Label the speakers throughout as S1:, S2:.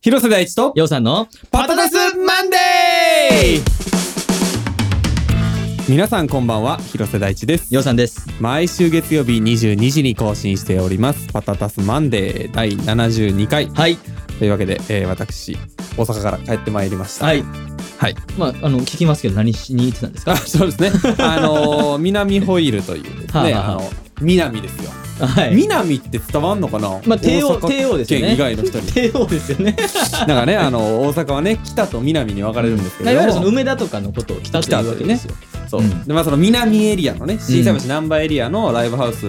S1: 広瀬大地と
S2: ようさんの
S1: パタナスマンデー皆さんこんばんは広瀬大地です
S2: ようさんです。
S1: 毎週月曜日22時に更新しておりますパタタスマンデー第72回
S2: はい。
S1: というわけで、えー私大阪から帰ってまいりました
S2: はい。
S1: はい
S2: まあ、あの、聞きますけど、何しに行ってたんです
S1: あ
S2: か
S1: そうですねあのー南ホイールというです
S2: は
S1: ね
S2: いはいはい
S1: あの南ですよ、
S2: は。
S1: 南って伝わんのかな
S2: まあ、帝王、
S1: 大阪
S2: 帝王ですよ
S1: 県
S2: ね。
S1: 以外の人に
S2: 帝王ですよね。
S1: なんかねあの大阪はね北と南に分かれるんですけ
S2: まあ
S1: れ
S2: いわゆる
S1: ど
S2: そ
S1: も
S2: の梅田とかのことを来たというわけですよ。
S1: そう、
S2: うん
S1: でまあその南エリアのね新斎橋南波エリアのライブハウス、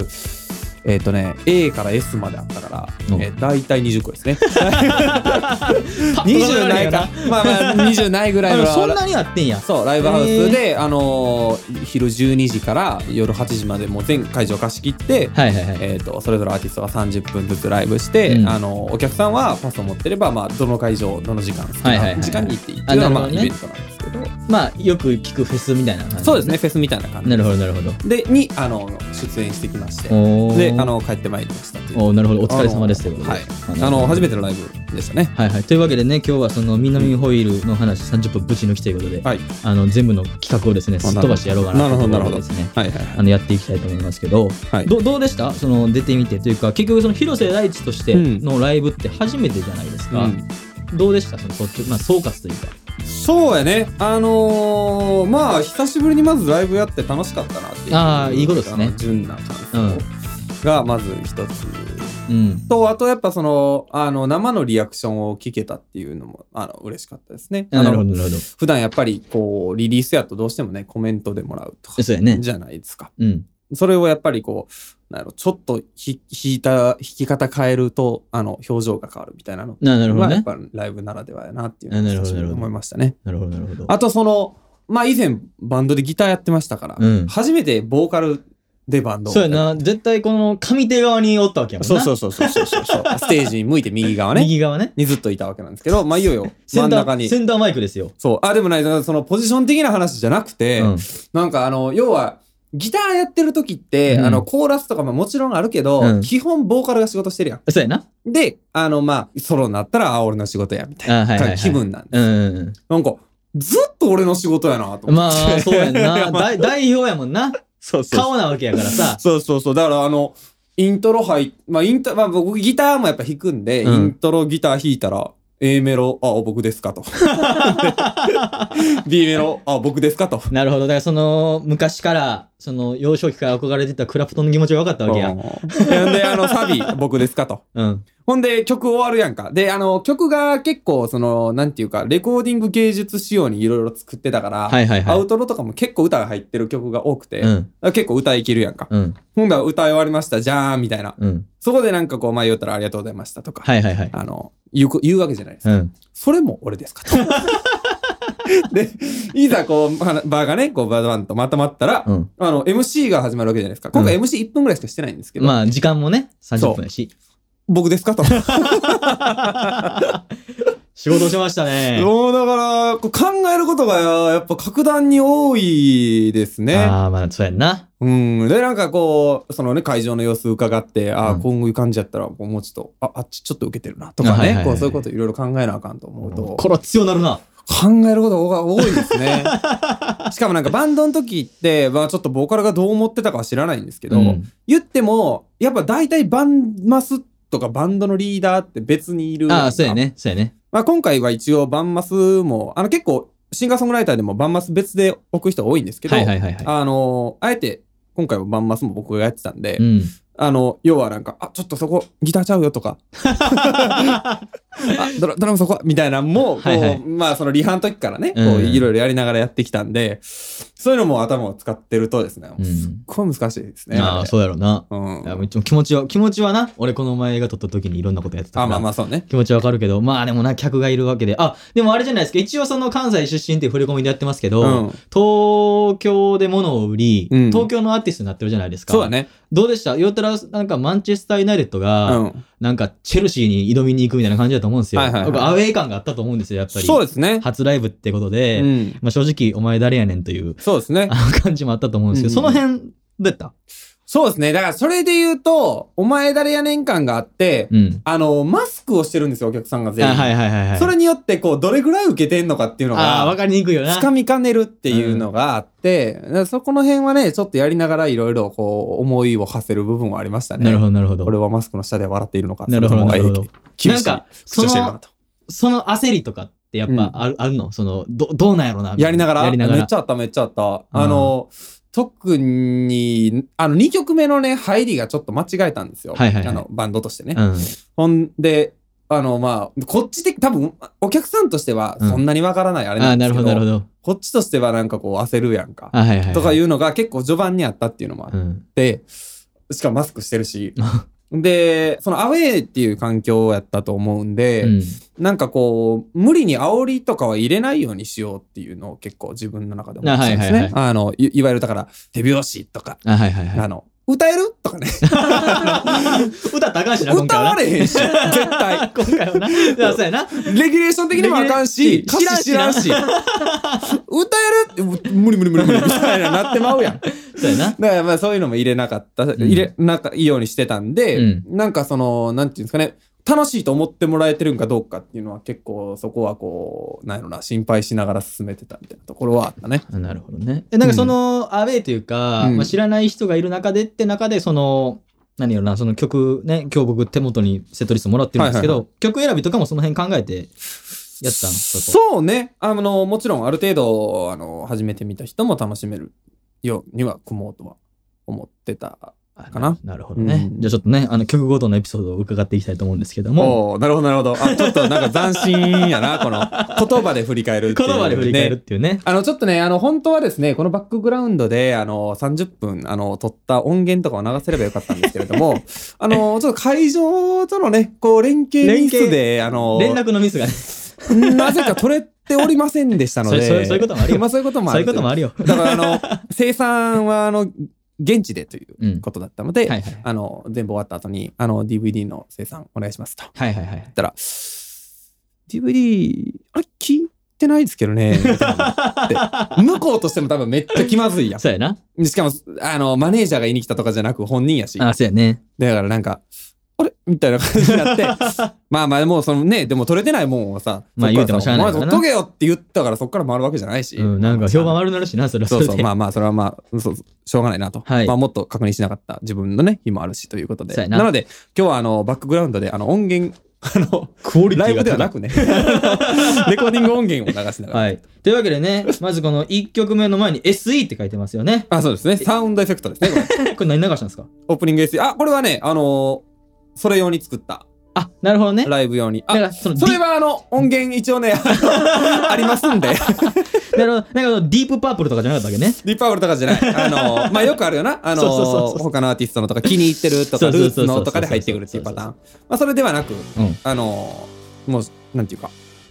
S1: えっ、とね A から S まであったから、
S2: うん
S1: えー、大体20個です ね
S2: パッと
S1: 20ないか。まあまあ20ないぐら
S2: あ
S1: いの
S2: のそんなにあってんや。
S1: そうライブハウスで、あのー昼12時から夜8時までもう全会場貸し切って、
S2: はいはいはい。
S1: えー、とそれぞれアーティストが30分ずつライブして、
S2: うん
S1: あのお客さんはパスを持ってれば、まあ、どの会場どの時間好き
S2: はいはいはいは
S1: ない時間に行っていいっていうのは
S2: あ
S1: ま
S2: な
S1: あ
S2: る
S1: イベ
S2: ほど
S1: ン
S2: ね
S1: トなんですけど
S2: まあ、よく聞くフェスみたいな感じ。
S1: そうですね。フェスみたいな感じ
S2: なるほど、なるほど。
S1: でにあの出演してきまして
S2: おー
S1: であ、の帰ってまいりましたという
S2: おーなるほど。お疲れ様ですということで。
S1: はいあの初めてのライブでしたね
S2: はいはい。というわけでね、今日はその南ホイールの話30分ぶち抜きということで、
S1: はい
S2: あの、全部の企画をですね、すっ飛ばしてやろうかな
S1: なるほど
S2: と
S1: な
S2: いう
S1: る
S2: こ
S1: ほ
S2: と
S1: ど
S2: でですね。
S1: はいはい
S2: あのやっていきたいと思いますけど、
S1: はい
S2: どどうでしたその出てみてというか結局その広瀬大地として
S1: うん
S2: のライブって初めてじゃないですか、
S1: うん
S2: どうでしたその率直まあ、総括というか
S1: そうやねあのーまあ久しぶりにまずライブやって楽しかったなっていう
S2: あーいいことですね
S1: あの純な感想がまず一つ
S2: うん
S1: とあとやっぱそのあの生のリアクションを聞けたっていうのもあの嬉しかったですね
S2: あ
S1: あ
S2: なるほ
S1: の
S2: どなるほど
S1: 普段やっぱりこうリリースやとどうしてもねコメントでもらうとか
S2: そうやね
S1: じゃないですか
S2: うん
S1: それをやっぱりこう、なんやろちょっとひ弾いた、弾き方変えると、あの、表情が変わるみたいなの。
S2: ななるほど
S1: はやっ
S2: ね
S1: ぱライブならではやなっていう
S2: あなる
S1: の
S2: ほ
S1: を
S2: どなるほど
S1: 思いましたね。
S2: なるほどなるほど
S1: あとその、まあ以前バンドでギターやってましたから、
S2: うん
S1: 初めてボーカルでバンドを
S2: そうやな絶対この上手側におったわけやもんな
S1: そうそううそうそうそう そうそう。ステージに向いて右側ね、
S2: 右側ね
S1: にずっといたわけなんですけど、まあいよいよ
S2: セ
S1: 真
S2: ン
S1: ん
S2: タ
S1: 中
S2: ー
S1: に
S2: セ。ンターマイクですよ、
S1: そう。あ、でもない、そのポジション的な話じゃなくて、
S2: うん
S1: なんかあの、要は、ギターやってる時って、
S2: うん
S1: あの、コーラスとかももちろんあるけど、
S2: うん
S1: 基本ボーカルが仕事してるやん。
S2: そうやな
S1: で、あの、まあ、ソロになったら、あ、俺の仕事や、みたい
S2: あはいはい、は、
S1: ない気分なんで。
S2: うん
S1: なんか、ずっと俺の仕事やな、と思って。
S2: まあそうやん
S1: いや
S2: な
S1: まあ
S2: 代代表やもんな
S1: そうそう。
S2: 顔なわけやからさ
S1: そうそうそう。だから、あの、イントロ入っ、まあ、イント、まあ、僕ギターもやっぱ弾くんで、
S2: うん
S1: イントロギター弾いたら、A メロ、あ、僕です かと。B メロ、あ、僕ですかと。
S2: なるほど。だからその、昔から、その、幼少期から憧れてたクラプトンの気持ちが分かったわけや。
S1: うんで、あの、サビ、僕ですかと。
S2: うん。
S1: ほんで、曲終わるやんか。で、あの、曲が結構、その、なんていうか、レコーディング芸術仕様にいろいろ作ってたから、
S2: はいはい
S1: ア
S2: はい。
S1: ウトロとかも結構歌が入ってる曲が多くて、
S2: うん。
S1: 結構歌いけるやんか。
S2: うん。
S1: ほんだら歌い終わりました、じゃーんみたいな。
S2: うん。
S1: そこでなんかこう、前言ったらありがとうございましたとか、
S2: はいはいはい。
S1: あの、言うこ、言うわけじゃないです
S2: う
S1: か。
S2: ん。
S1: それも俺です かと。で、いざこう、ま場がね、こう、バドバンとまとまったら、
S2: うん。
S1: あの、MC が始まるわけじゃないですか。今回
S2: う
S1: MC1 分ぐらいしかしてないんですけど、
S2: まあ、時間もね、30分 やし。
S1: 僕ですかと。
S2: 仕事しましたね。
S1: もうだから、こう考えることがやっぱ格段に多いですね。
S2: ああ、まあ、そうやんな。
S1: うん。で、なんかこう、そのね、会場の様子伺って、ああ、
S2: うん
S1: 今後いう感じやったら、こうもうちょっと、あ、あっちちょっと受けてるな、とかね、
S2: はいはいはい
S1: こう、そういうこといろいろ考えなあかんと思うと、
S2: これは強なるな。
S1: 考えることが多いです ね。しかもなんかバンドの時って、まあちょっとボーカルがどう思ってたかは知らないんですけど、
S2: うん
S1: 言っても、やっぱ大体バンマスとかバンドのリーダーって別にいるやんか。
S2: ああ、そうやね。そうやね。
S1: まあ、今回は一応バンマスもあの結構シンガーソングライターでもバンマス別で置く人多いんですけど、
S2: はいはいはいは
S1: あのあえて今回はバンマスも僕がやってたんで、
S2: い。うん。
S1: あの要はなんか「あちょっとそこギターちゃうよ」とか 「あドラドラムそこ」みたいなのもこう、
S2: はいはい
S1: まあそのリハの時からねこ
S2: うん
S1: ういろいろやりながらやってきたんで、そういうのも頭を使ってるとですね、
S2: うん
S1: すっごい難しいですね。
S2: あ
S1: あ
S2: あ、
S1: れ
S2: そうやろうな。
S1: うん
S2: いやもう一応気持ちは、気持ちはな、俺この前映画撮った時にいろんなことやってたから。
S1: あまあまあそうね。
S2: 気持ちわかるけど、まあでもな、客がいるわけで。あ、でもあれじゃないですか。一応その関西出身っていう振り込みでやってますけど、
S1: うん、
S2: 東京で物を売り、
S1: うん
S2: 東京のアーティストになってるじゃないですか。
S1: そうだね。
S2: どうでしたよったら、なんかマンチェスター・ユナイテッドが、
S1: うん、
S2: なんかチェルシーに挑みに行くみたいな感じだと思うんですよ。
S1: はいはいはい
S2: 僕アウェイ感があったと思うんですよ、やっぱり。
S1: そうですね。
S2: 初ライブってことで、
S1: うん、
S2: まあ正直、お前誰やねんという
S1: そうですね。
S2: あの感じもあったと思うんですけど、
S1: うん
S2: その辺、どうやった
S1: そうですね。だからそれで言うと、お前誰やねん感があって、
S2: うん。
S1: あの、マスクをしてるんですよ、お客さんが
S2: あ
S1: 全員。
S2: はいはいはいはい。
S1: それによって、こう、どれぐらい受けてんのかっていうの
S2: ああ、わ
S1: が、
S2: かりにくいよな。
S1: つかみかねるっていうのがあって、だからそこの辺はね、ちょっとやりながらいろいろこう、思いを馳せる部分はありましたね。
S2: なるほど、なるほ
S1: 俺
S2: ど。
S1: はマスクの下で笑っているのか。
S2: なるほど、
S1: そ
S2: な
S1: れ
S2: る
S1: と
S2: ほ
S1: も
S2: ど。
S1: 厳
S2: なん
S1: しい
S2: か、
S1: 口
S2: そ
S1: としてるな
S2: の、
S1: と
S2: その焦りとかってやっぱある,、あるのその、ど、どうなんやろなみたい
S1: やりながら
S2: やりなが
S1: めっ
S2: ら
S1: ち。ゃあった、めっちゃあった。あの、特に、あの、2曲目のね、入りがちょっと間違えたんですよ。
S2: はいはいはい
S1: あの、バンドとしてね。
S2: うん。
S1: ほんで、あの、まあ、こっち的、多分、お客さんとしては、
S2: うん
S1: そんなにわからない、あれ
S2: あ
S1: な
S2: あ、
S1: んで
S2: な
S1: す
S2: る
S1: け
S2: ほ
S1: ど、
S2: ど、なるほど。
S1: こっちとしてはなんかこう、焦るやんか。
S2: あはいはいはい。
S1: とか
S2: う。
S1: いうのが結構序盤にあったっていうのもあっ
S2: ん。
S1: て、しかもマスクしてるし。で、そのアウェーっていう環境やったと思うんで、
S2: うん。
S1: なんかこう、無理に煽りとかは入れないようにしようっていうのを結構自分の中で思ってたんです
S2: あは
S1: ね
S2: い。は
S1: あの、いいわゆるだから、手拍子とか、
S2: あはいはいはい。
S1: あの、歌えるとかね。
S2: 歌ったらあかんしな、今
S1: 歌
S2: 回は
S1: わ
S2: な。
S1: れへんし、絶対。
S2: 今 回はな。そうそうやな。
S1: レギュレーション的にもあかんし、
S2: レギ
S1: 歌
S2: ュレ
S1: 詞知らんし。歌えるって、無理無理無理無理みたいななってまうやん。
S2: そうやな。
S1: だからまあそういうのも入れなかった、
S2: ん
S1: 入れなかいいようにしてたんで、
S2: うん
S1: なんかその、なんていうんですかね、楽しいと思ってもらえてるんかどうかっていうのは結構そこはこう、なんやろな、心配しながら進めてたみたいなところはあったね。
S2: あなるほどね。えなんかその、アウェイというか、
S1: うん
S2: まあ、知らない人がいる中でって中で、その、何よな、その曲ね、今日僕手元にセットリストもらってるんですけど、
S1: は
S2: 曲選びとかもその辺考えてやってたんそこ。
S1: そうね、あの、もちろんある程度、あの、始めてみた人も楽しめるようには組もうとは思ってた。
S2: あ
S1: かな
S2: なるほどね。
S1: うん
S2: じゃあちょっとね、あの曲ごとのエピソードを伺っていきたいと思うんですけども、
S1: おおーなるほどなるほど。あ、ちょっとなんか斬新や な、この、言葉で振り返るって
S2: 言
S1: いう、ね。
S2: 葉で振り返るっていうね。
S1: あの、ちょっとね、あの、本当はですね、このバックグラウンドで、あの、30分、あの、撮った音源とかを流せればよかったんですけれど も、あの、ちょっと会場とのね、こう、連携ミスで、あの、
S2: 連絡のミスがね、
S1: なぜか取れておりませんでしたので、
S2: それそれそういうこともあるよ
S1: まあ、そういうこともあ
S2: そうい
S1: る
S2: うこともあるよ。
S1: だから、あ の、生産は、あの、現地でという
S2: うん。
S1: ことだったので、
S2: はいはい。
S1: あの、全部終わった後に、あの、DVD の生産お願いしますと。
S2: はいはいはい
S1: っ。たら、DVD、あれ、聞いてないですけどね。みたいなって向こうとしても多分めっちゃ気まずいや
S2: そうやな。
S1: ん。しかも、あの、マネージャーが言いに来たとかじゃなく本人やし。だ
S2: あ、そうやね。
S1: からなんか、あれみたいな感じに なって。まあまあ、もうそのね、でも取れてないもんをさ、
S2: まあ
S1: そっから
S2: 言うてもしゃあ
S1: お
S2: ない
S1: 前
S2: からな
S1: 取っとけよって言ったからそっから回るわけじゃないし。
S2: うん、なんか評判悪なるしな、それは
S1: そ
S2: そうれ
S1: そう、
S2: で。
S1: まあまあ、それはまあ、そうそうしょうがないなと。
S2: はい
S1: まあ、もっと確認しなかった自分のね、日もあるしということで。
S2: そうやな
S1: なので、今日はあの、バックグラウンドで、あの、音源、あの、
S2: クオ
S1: ライブではなくね。 レコーディング音源を流しながら。
S2: はい。というわけでね、まずこの1曲目の前に SE って書いてますよね。
S1: あ、そうですね。サウンドエフェクトですね。こ れ
S2: これ何流したんですか
S1: オープニング SE。あ、これはね、あのーそれ用に作った。
S2: あ、なるほどね。だ
S1: ライブ用に。
S2: か
S1: あ、
S2: らそのデ
S1: そ
S2: ィ
S1: れはあの、音源一 応ね、あのありますんで。
S2: なるほど。なんかそのディープパープルとかじゃなかったわけね。
S1: ディープパープルとかじゃない。あのーまあ、よくあるよな。あのー
S2: そうそうそうそう
S1: 他のアーティストのとか気に入ってると
S2: そ
S1: か、
S2: う
S1: ル
S2: そ
S1: ー
S2: うそうそう
S1: ツのとかで入ってくるっていうパターン。まあ、それではなく、
S2: うん
S1: あのーもう、なんていうか、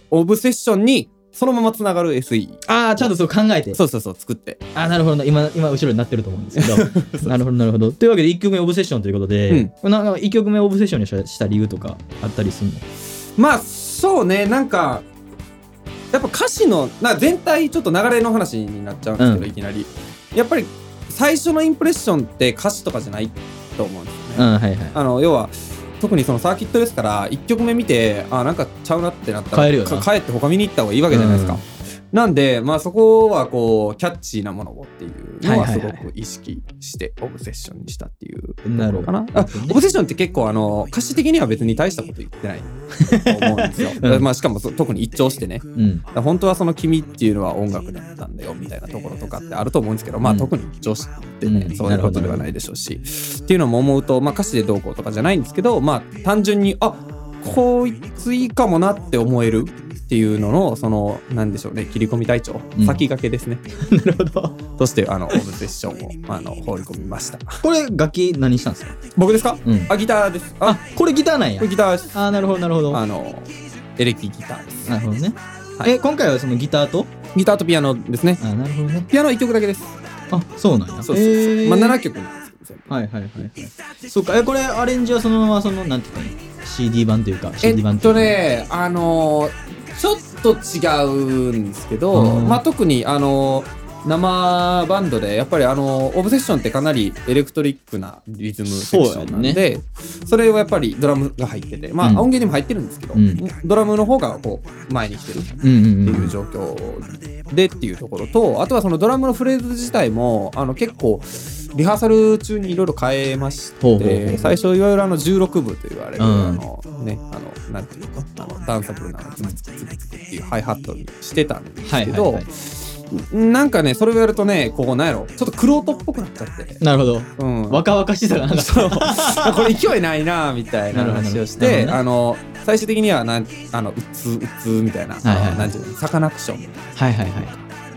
S1: オブセッションにそのままつながる SE。
S2: ああ、ちゃんとそう考えて。
S1: そうそうそう、作って。
S2: あーなるほど。今、今後ろになってると思うん ですけど。なるほど、なるほど。というわけで1曲目オブセッションということで、なんか1曲目オブセッションにしたした理由とかあったりするの
S1: まあそうねなんかやっぱ歌詞のなんか全体ちょっと流れの話になっちゃうんですけど、
S2: う
S1: いきなりやっぱり最初のインプレッションって歌詞とかじゃないと思うんですよね、
S2: うん、はいはい。
S1: あの要は特にそのサーキットですから1曲目見てあなんかちゃうなってなったら
S2: 変えるよな
S1: か帰って他見に行った方がいいわけじゃないですか、
S2: うん
S1: なんでまあそこはこうキャッチーなものをっていうのは
S2: はい
S1: す
S2: はいは
S1: ご
S2: い
S1: く意識してオブセッションにしたっていう
S2: な
S1: とこ
S2: る
S1: ろ
S2: ほ
S1: か
S2: ど
S1: な。あオブセッションって結構あの歌詞的には別に大したこと言ってないと思うんですよ。
S2: うん
S1: まあしかもそ特に一聴してね。
S2: うん。
S1: 本当はその君っていうのは音楽だったんだよみたいなところとかってあると思うんですけど、まあ
S2: うん
S1: 特に一聴してね、
S2: うん
S1: そういうことではないでしょうし、っていうのも思うと、まあ歌詞でどうこうとかじゃないんですけど、まあ単純に、あこいついいかもなって思えるっていうのの、その、なんでしょうね、切り込み隊長、
S2: うん
S1: 先駆けですね。
S2: なるほど。
S1: として、あの、オブセッションを、あの、放り込みました。
S2: これ楽器何したんですか
S1: 僕ですか
S2: うん。
S1: あ、ギターです。あ
S2: あ、これギターなんや
S1: これ。ギターです
S2: あーなるほど、なるほど。
S1: あのエレキギターです
S2: なるほどね。
S1: はい
S2: え、今回はそのギターと
S1: ギターとピアノですね
S2: あーなるほどね。
S1: ピアノ1曲だけです
S2: あ、そうなんや。
S1: そうそうそう、
S2: えー
S1: まあ、7曲なんですけど全部
S2: はいはいはいはい。そっか、え、これアレンジはそのままその、なんていうか、CD 版というか、CD
S1: え
S2: 版
S1: っと。ねあのーちょっと違うんですけど、
S2: うん
S1: まあ特にあのー生バンドでやっぱりあのオブセッションってかなりエレクトリックなリズムセクションなん
S2: そうや
S1: でそ,、れはやっぱりドラムが入っててまあ、
S2: うん
S1: 音源にも入ってるんですけど、
S2: うん
S1: ドラムの方がこう前に来てるって
S2: うんうんう
S1: いうん状況でっていうところとあとはそのドラムのフレーズ自体もあの結構リハーサル中にいろいろ変えまし
S2: ほうほうほう
S1: て最初いわゆるあの16部と言われる、
S2: うん
S1: あのねあのなんていうのあのダンサブルなズブズブズブズブっていうハイハットにしてたんです
S2: はい
S1: け
S2: はい
S1: ど、
S2: はい
S1: なんかね、それをやるとね、こう、なんやろ、ちょっとクロートっぽくなっちゃって。
S2: なるほど
S1: うん。
S2: 若々しさがなん か
S1: そう。これ勢いないなみたいな
S2: なるほど
S1: 話をし
S2: なるほ
S1: て、
S2: どね
S1: あの、最終的には、なん、あの、うつ、うつみたいな、
S2: はいはい
S1: あのなんていうの、サカナクション、
S2: はいはいはい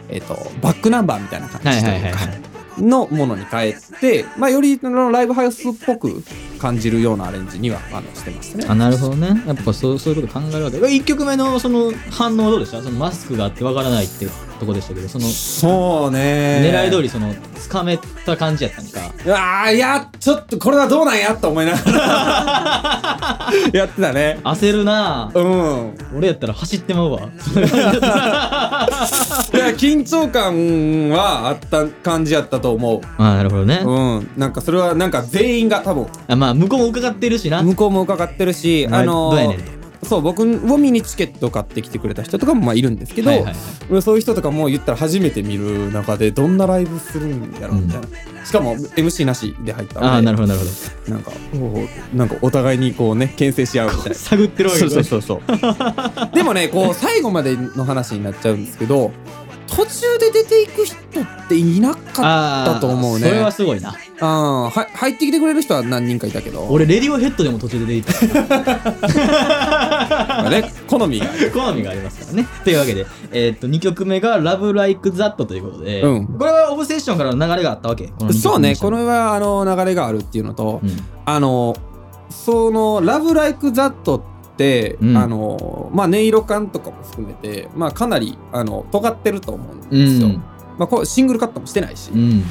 S1: えっ、と、バックナンバーみたいな感
S2: は
S1: じ
S2: い
S1: と
S2: はいいうは
S1: か
S2: いはい
S1: のものに変えて、まあ、よりあのライブハウスっぽく感じるようなアレンジには、あの、してましたね。
S2: あなるほどねやっぱそうそういうこと考えるわけ1曲目のその反応はどうでしたそのマスクがあってわからないってとこでしたけどその
S1: そうね
S2: 狙い通
S1: り。
S2: りそのつかめた感じやったんか
S1: ああ、いや、ちょっと、これはどうなんやと思いながら。 やってたね。
S2: 焦るなぁ
S1: うん。
S2: 俺やったら走って まうわ
S1: いや緊張感はあった感じやったと思う。
S2: あなるほどね、
S1: うん、なんかそれはなんか全員が多分
S2: あまあ向こうも伺ってるしな
S1: 向こうも伺ってるし、
S2: まあ
S1: あの
S2: どうやねんと
S1: そう僕を見にチケット買ってきてくれた人とかもまあいるんですけど、
S2: はいはいはい
S1: そういう人とかも言ったら初めて見る中でどんなライブするんやろみたいな、しかも MC なしで入ったので
S2: ああなる
S1: ほ
S2: ほどなるほ
S1: どなんかこうなんかお互いにこうね牽制し合うみたいな
S2: ど探ってるわけ
S1: そう
S2: です
S1: そうそうそう でもねこう最後までの話になっちゃうんですけど途中で出ていく人っていなかっ
S2: ああ
S1: だと思うね
S2: それはすごいな
S1: たうんは入ってきてくれる人は何人かいたけど
S2: 俺レディオヘッドでも途中で出てき
S1: まあね好みがある
S2: た好みがありますからねというわけで、えーっと2曲目が「Love Like That」ということで、
S1: うん
S2: これはオブセッションからの流れがあったわけこの二曲目
S1: そう
S2: に
S1: ね
S2: した
S1: こ
S2: の
S1: のはあの流れがあるっていうのと、
S2: うん
S1: あのその「ラブライクザットって、
S2: うん
S1: あのまあ音色感とかも含めて、まあ、かなりあの尖ってると思うんですよ、まあ、こうシングルカットもしてないし、
S2: うん、うん
S1: っ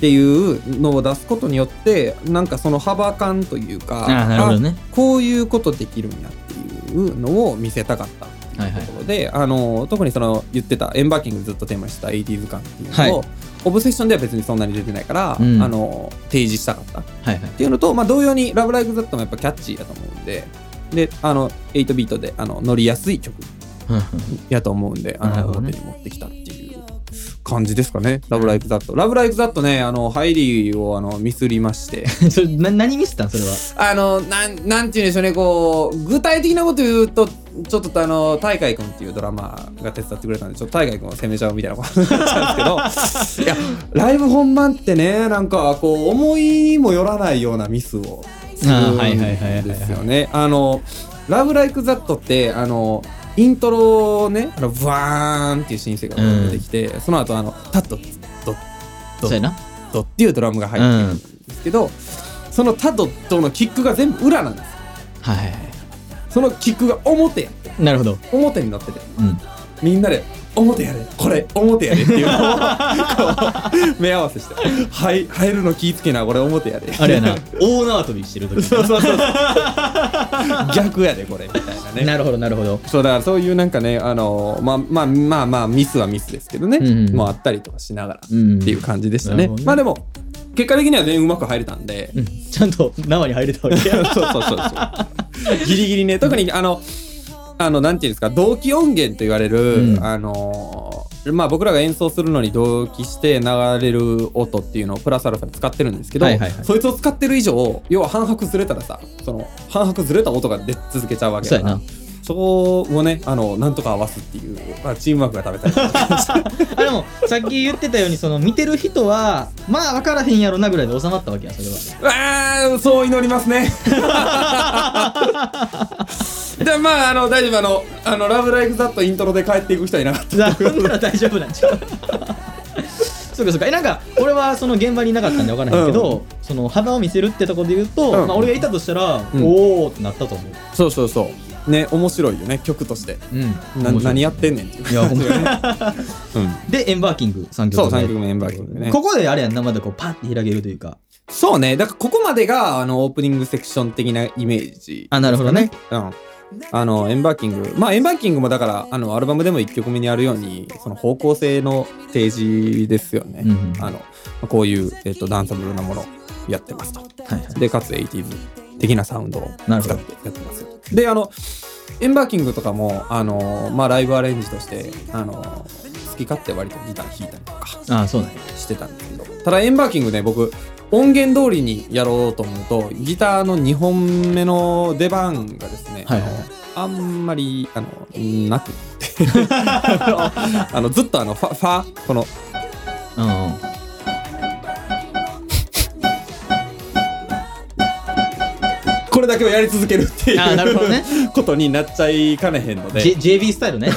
S1: ていうのを出すことによってなんかその幅感というか
S2: ああなるほどね
S1: あこういうことできるんやっていうのを見せたかったっていうところで、あの特にその言ってたエンバーキングずっとテーマにしてた 80s 感っていうのを、
S2: は
S1: オブセッションでは別にそんなに出てないから、
S2: うん
S1: あの提示したかったっ
S2: はいはい
S1: ていうのと、まあ、同様に「ラブライブザットもやっぱキャッチーだと思うんで。であの8ビートであの乗りやすい曲やと思うんで、あ
S2: なる
S1: の
S2: ほどね
S1: 表に持ってきたっていう感じですかね。ラブライクザット。ラブライクザットね、あの入りをあのミスりまして、
S2: それな何ミスったんそ れは
S1: あのなんなんていうんでしょうね、こう具体的なこと言うと。ちょっとあの大海君っていうドラマーが手伝ってくれたんでちょっと大海君を責めちゃうみたいなことになっちゃうんです けどいやライブ本番ってねなんかこう思いもよらないようなミスをする
S2: あー
S1: ん
S2: はいはいはいはいはい
S1: ですよね。あのラブライクザットってあのイントロをねあのブワーンっていうシンセが出てきて、その後あのタッと
S2: そうやな
S1: ドっていうドラムが入ってくるんですけど、そのタドドのキックが全部裏なんです
S2: はいはいは
S1: そのキックが表や
S2: いなるほど
S1: 表になってて
S2: うん
S1: みんなで「表やれこれ表やれ」っていう のをこう目合わせして「はい入るの気ぃつけなこれ表やれ」
S2: あれやな 大縄跳びしてる時
S1: そうそうそう 逆やでこれみたいなね
S2: なるほどなるほど
S1: そうだからそういうなんかねあのまあまあまあまあミスはミスですけどね、
S2: うんうん
S1: もうあったりとかしながらって
S2: うん
S1: いう感じでしたね、
S2: なるほどね
S1: まあでも結果的には全員うまく入れたんで、
S2: うんちゃんと生に入れたわ け
S1: そうそうそうそうギリギリね特にあのあのなんていうんですか同期音源と言われる、
S2: うん
S1: あのーまあ僕らが演奏するのに同期して流れる音っていうのをプラスアルファで使ってるんですけど、
S2: はいはいはい
S1: そいつを使ってる以上要は半拍ずれたらさその半拍ずれた音が出続けちゃうわけ
S2: そう
S1: だか
S2: や
S1: ら
S2: な
S1: そこをねあのなんとか合わすっていう、まあ、チームワークが食べたい
S2: あでもさっき言ってたようにその見てる人はまあ分からへんやろなぐらいで収まったわけやそれは
S1: わあそう祈ります ねでまああの大丈夫あの「あのラブライクザットイントロで帰っていく人はいなかった
S2: だから大丈夫 なんち ゃうそうかそうかえなんか俺はその現場にいなかったんで分からへんけど、その幅を見せるってとこで言うと、
S1: うん
S2: まあ、俺がいたとしたら、
S1: ん
S2: おおってなったと思う
S1: そうそうそうね面白いよね曲として
S2: うん
S1: な
S2: 面白い
S1: 何やってんねんって いう
S2: いやほんまに
S1: うん
S2: でエンバーキング3曲目
S1: そう3曲目エンバーキングね
S2: ここであれやんなまだこうパッて開けるというか
S1: そうねだからここまでがあのオープニングセクション的なイメージ
S2: あなるほどね
S1: うんあのエンバーキングまあエンバーキングもだからあのアルバムでも1曲目にあるようにその方向性の提示ですよね、
S2: うん
S1: あのこういう、えっとダンサブルなものやってますと
S2: はいはい
S1: でかつ 80s 的なサウンドを使
S2: な
S1: っ
S2: るほ
S1: て
S2: ど
S1: やってますよであのエンバーキングとかもあの、まあ、ライブアレンジとしてあの好き勝手割とギター弾いたりとか
S2: ああそうなんや
S1: してたんですけどただエンバーキングね僕音源通りにやろうと思うとギターの2本目の出番がですね、
S2: はいはい
S1: あのあんまりあのなくって あのあのずっとあのファファこの
S2: うん
S1: これだけをやり続けるっていう
S2: あーなるほどね
S1: ことになっちゃいかねへんので
S2: J- JB スタイル ね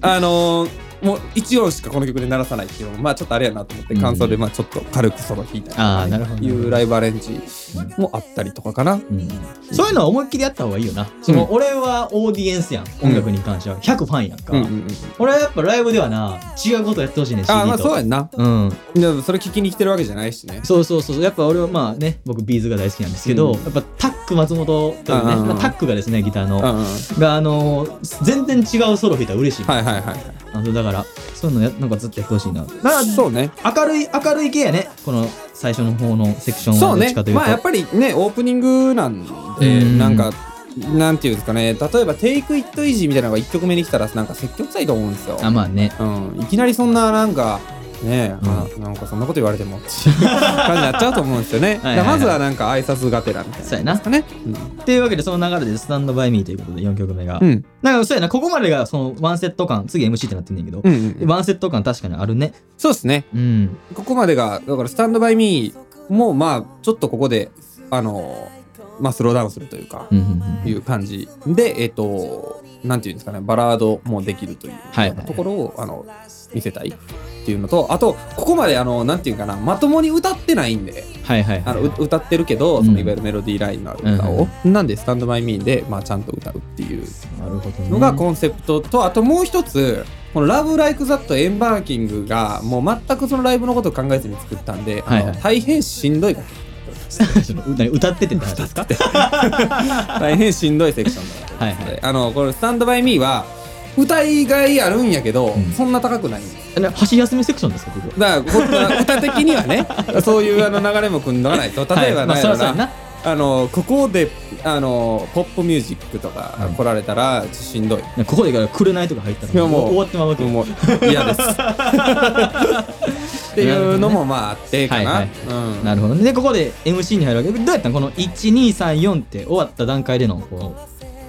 S1: あのーもう1音しかこの曲で鳴らさないっていうのもまあちょっとあれやなと思って
S2: うん
S1: 感想でまあちょっと軽くソロ弾いたりと
S2: あ
S1: か
S2: ーなるほど
S1: いうライブアレンジもあったりとかかな
S2: うんそういうのは思いっきりやった方がいいよなその、俺はオーディエンスやん音楽に関しては100ファンやんか、
S1: うんうんうん
S2: 俺はやっぱライブではな違うことやってほしいね CD と
S1: ああまあそうやんな
S2: うん、
S1: でもそれ聞きに来てるわけじゃないしね
S2: そうそうそうやっぱ俺はまあね僕ビーズが大好きなんですけど、
S1: うん
S2: やっぱタック松本というね
S1: あー
S2: まあタックがですねギター
S1: う
S2: の、
S1: んうんはい
S2: があのー全然違うソロ弾いたら嬉しい、
S1: はいはいはい
S2: あのだからそういうのやなんかずっとやってほしいなまあ
S1: そうね
S2: 明るい明るい系やねこの最初の方のセクションは
S1: そう
S2: どっち
S1: ね
S2: かというと
S1: まあやっぱりねオープニングなん
S2: う
S1: で
S2: ん
S1: なんかなんていうんですかね例えば「テイクイットイージーみたいなのが1曲目に来たらなんか積極臭いと思うんですよ
S2: あまあね
S1: うん、いきなりそんななんかねえ、あなんかそんなこと言われてもっていう感じになっちゃうと思うんですよね
S2: はいはいはい
S1: だからまずはなんか挨拶がてらみたいな
S2: そうやな
S1: ですかね
S2: っていうわけでその流れで「スタンドバイミーということで4曲目が、
S1: うんうん
S2: なんかそうやなここまでがそのワンセット感次 MC ってなってんねんけど、
S1: うんうん
S2: ワンセット感確かにあるね
S1: そうですね
S2: うん
S1: ここまでがだから「スタンドバイミーもまあちょっとここであのまあスローダウンするというか、
S2: うんうんうん
S1: いう感じでえっ、となんていうんですかねバラードもできるという
S2: はいはいはい
S1: ところを、あの見せたいっていうのとあとここまであのなんていうかなまともに歌ってないんで
S2: はいはいは
S1: あの
S2: い
S1: う歌ってるけど、
S2: うん
S1: そのいわゆるメロディーラインのある歌を、なんで「スタンドバイミーで、まあ、ちゃんと歌うっていう
S2: なるほどね
S1: のがコンセプトと、あともう一つこの「ラブライクザットエンバーキングがもう全くそのライブのことを考えずに作ったんで、あの
S2: はいはい
S1: 大変しんどい楽曲
S2: ちょっと何歌っててって話ですか
S1: 大変しんどいセクションだった
S2: はい
S1: ので、
S2: は
S1: あのこの「スタンドバイミーは歌いがいあるんやけど、
S2: うん
S1: そんな高くないんです
S2: いな走り休みセクションですかここ
S1: だからこ歌歌的にはね そういうあの流れも組んどか ないと例えば
S2: はいまあ
S1: なんや
S2: そ
S1: ろな
S2: らそうやな
S1: あのここであのポップミュージックとか
S2: うん
S1: 来られたらしんどい、
S2: ここでから紅とか入った
S1: いや
S2: ら
S1: もう
S2: 終わってまうわけ
S1: もう嫌ですっていうのもまああってかな、
S2: はいはい
S1: うん、
S2: なるほどねでここで MC に入るわけどうやったんこの1234って終わった段階でのこう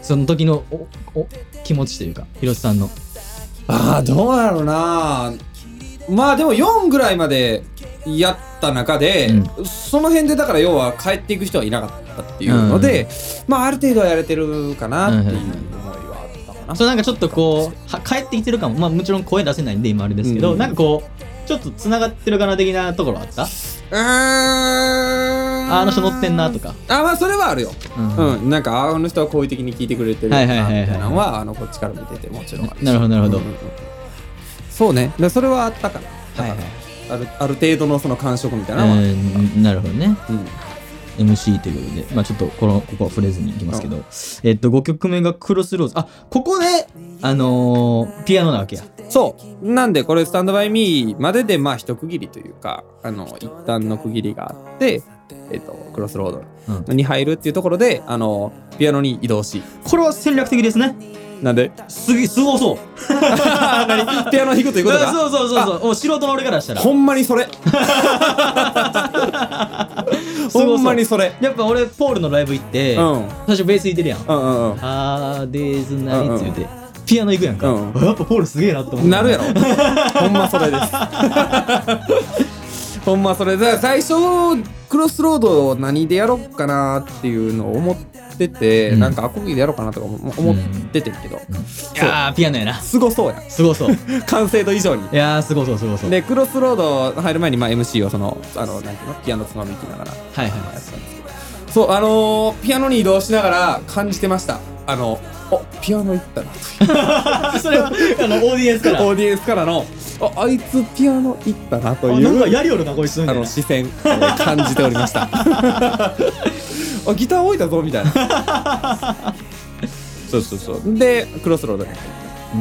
S2: その時のおお気持ちというか広瀬さんの
S1: ああどうだろうなまあでも4ぐらいまでやった中で、その辺でだから要は帰っていく人はいなかったっていうので、まあある程度はやれてるかなっていう思いはあったかな、
S2: そうなんかちょっとこうは帰ってきてるかもまあもちろん声出せないんで今あれですけど、
S1: うん
S2: なんかこうちょっとつながってるかな的なところあった
S1: うーん
S2: あの人乗ってんなとか、
S1: あまあそれはあるよ
S2: うん
S1: うん、なんかあの人は好意的に聞いてくれてる
S2: は
S1: ないみ
S2: はいはいはい
S1: たいなのはあのこっちから見ててもちろんあし
S2: なるほどなるほど
S1: うんうんうんそうねだからそれはあったかなだ
S2: は
S1: か
S2: いはい
S1: らあるある程度のその感触みたいなのは、うん
S2: うんなるほどね MC ということで、まあ、ちょっとこのここは触れずにいきますけど、えっと5曲目が「クロスローズ」あここで、あのーピアノなわけや
S1: そうなんでこれ「スタンドバイミーまででまあ一区切りというかあの一旦の区切りがあって、えっとクロスロードに入るっていうところであのピアノに移動し
S2: これは戦略的ですね
S1: なん です
S2: げすごそう
S1: 何 ピアノ弾くということ
S2: あ
S1: が
S2: そうそうそうそうお素人の俺からしたら
S1: ほんまにそ れ
S2: そう
S1: ほんまにそれ
S2: やっぱ俺ポールのライブ行って、
S1: うん
S2: 最初ベース弾いてるやん
S1: うん
S2: 「
S1: うんうん
S2: あーデイズナイツ」言うて、ピアノ行くやんか、
S1: うん
S2: あやっぱポールすげえなと思って
S1: なるやろほんまそれです ほんまそれだから最初クロスロードを何でやろうかなっていうのを思ってて、
S2: うん
S1: なんかアコギでやろうかなとか思思っててんけど、
S2: いやーピアノやな
S1: すごそうやん
S2: すごそうい
S1: 完成度以上に
S2: やーすごそうすごそう
S1: でクロスロード入る前に、まあ、MC をそのあのなんていうのピアノつまみきながら
S2: はいはいはい
S1: そうあのーピアノに移動しながら感じてましたあのおピアノ行 ったなと
S2: それはあのオーディエンスから
S1: オーディエンスからのああいつピアノ行ったなと
S2: あ
S1: い
S2: なんか
S1: う
S2: やりよるなこいつみ
S1: あ
S2: たい
S1: の
S2: な
S1: 視線を感じておりましたああギター置いたぞみたいな そうそうそうでクロスロードに入って
S2: う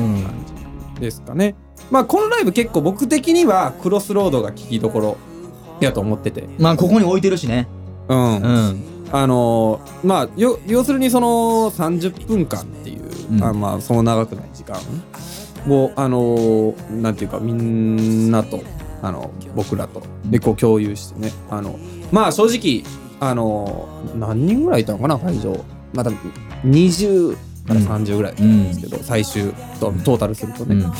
S2: ん
S1: ですかねまあこのライブ結構僕的にはクロスロードが聴きどころやと思ってて
S2: まあここに置いてるしね
S1: うん、
S2: うん
S1: あのーまあよ要するにその30分間っていう、
S2: うん
S1: あまあその長くない時間をあのーなんていうかみんなとあの僕らとでこう共有してねあのまあ正直あのー何人ぐらいいたのかな会場また20から30ぐらいですけど、最終とトータルすると
S2: う
S1: ね、
S2: ん